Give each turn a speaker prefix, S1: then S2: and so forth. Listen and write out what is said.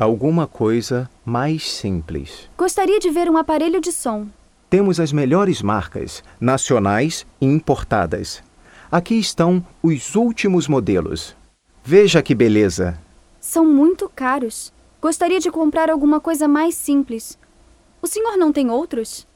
S1: Alguma coisa mais simples.
S2: Gostaria de ver um aparelho de som.
S1: Temos as melhores marcas, nacionais e importadas. Aqui estão os últimos modelos. Veja que beleza!
S2: São muito caros. Gostaria de comprar alguma coisa mais simples. O senhor não tem outros?